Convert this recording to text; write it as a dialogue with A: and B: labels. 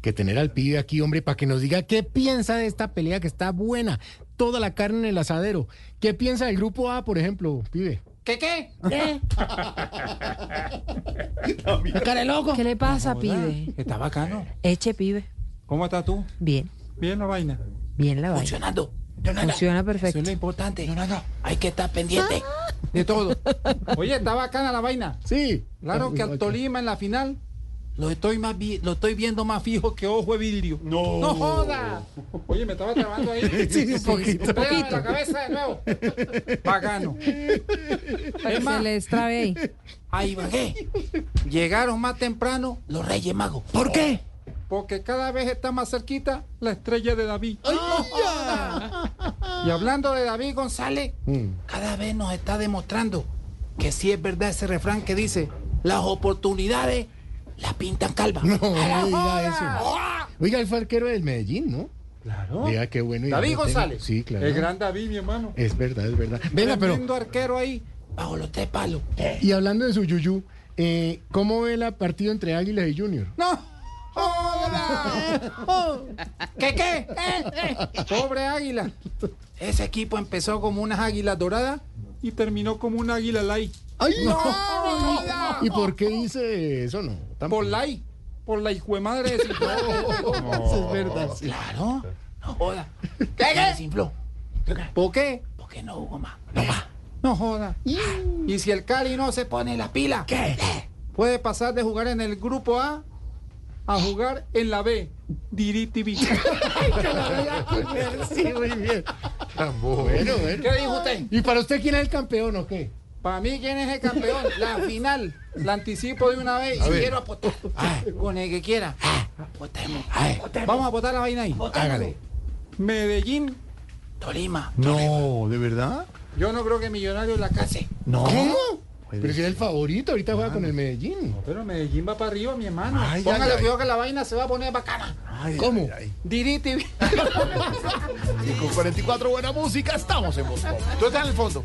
A: que tener al pibe aquí, hombre, para que nos diga qué piensa de esta pelea que está buena, toda la carne en el asadero. ¿Qué piensa del grupo A, por ejemplo, pibe?
B: ¿Qué qué?
C: ¿Qué? ¿Qué le pasa, pibe?
B: Está bacano.
C: Eche, pibe.
B: ¿Cómo estás tú?
C: Bien,
B: Bien la vaina.
C: bien la vaina.
B: Funcionando.
C: Funciona perfecto.
B: importante. Hay que estar pendiente de todo. Oye, está bacana la vaina.
A: Sí.
B: Claro que al Tolima en la final lo estoy más vi- lo estoy viendo más fijo que ojo de vidrio. No. No joda. Oye, me estaba trabando ahí.
A: Sí, un poquito.
B: Pégame la cabeza de nuevo. Bacano.
C: Para que se le extrae ahí.
B: Ahí bajé. Llegaron más temprano los Reyes Magos.
A: ¿Por qué?
B: Porque cada vez está más cerquita la estrella de David. Y hablando de David González,
A: Mm.
B: cada vez nos está demostrando que sí es verdad ese refrán que dice, las oportunidades las pintan calvas.
A: No, no diga eso. Oiga, él fue arquero del Medellín, ¿no?
B: Claro.
A: Vea qué bueno. y ya lo
B: David
A: tengo.
B: González.
A: Sí, claro.
B: El gran David, mi hermano.
A: Es verdad, es verdad. Venga, pero
B: Tremendo arquero ahí, bajo los tres palos.
A: Y hablando de su yuyu, eh, ¿cómo ve la partido entre Águilas y Junior?
B: ¡No! ¡Joda! ¿Qué qué? Pobre águila. Ese equipo empezó como unas águilas doradas y terminó como un águila light.
A: ¡Ay, no!
B: joda!
A: ¿Y por qué dice eso? No. tampoco.
B: Por light. Por la hijo madre de
A: Eso es verdad. sí.
B: Claro. No joda. ¿Qué qué? Desinfló. ¿Por qué? Porque no hubo más. No más. No joda. Y si el Cali no se pone la pila, ¿qué? Puede pasar de jugar en el grupo A a jugar en la B. Diri TV.
A: Sí, muy bien. Tan bueno, bueno.
B: ¿Qué dijo usted?
A: ¿Y para usted quién es el campeón o qué?
B: Para mí, ¿quién es el campeón? La final. La anticipo de una vez y quiero apostar. con el que quiera. Apostemos. Eh, Vamos a apostar la vaina ahí.
A: Hágale.
B: Medellín. Tolima.
D: No, ¿de verdad?
B: Yo no creo que Millonario la case.
D: No.
A: ¿Cómo? Pero si es el favorito, ahorita juega con el Medellín.
B: Pero Medellín va para arriba, mi hermano.
D: Ay, ay,
B: Póngale
D: ay.
B: cuidado que la vaina se va a poner bacana.
D: Ay,
A: ¿Cómo?
D: ay,
B: Diri TV.
D: ay. Y con 44 buena música estamos en Voz Populi. Tú estás en el fondo.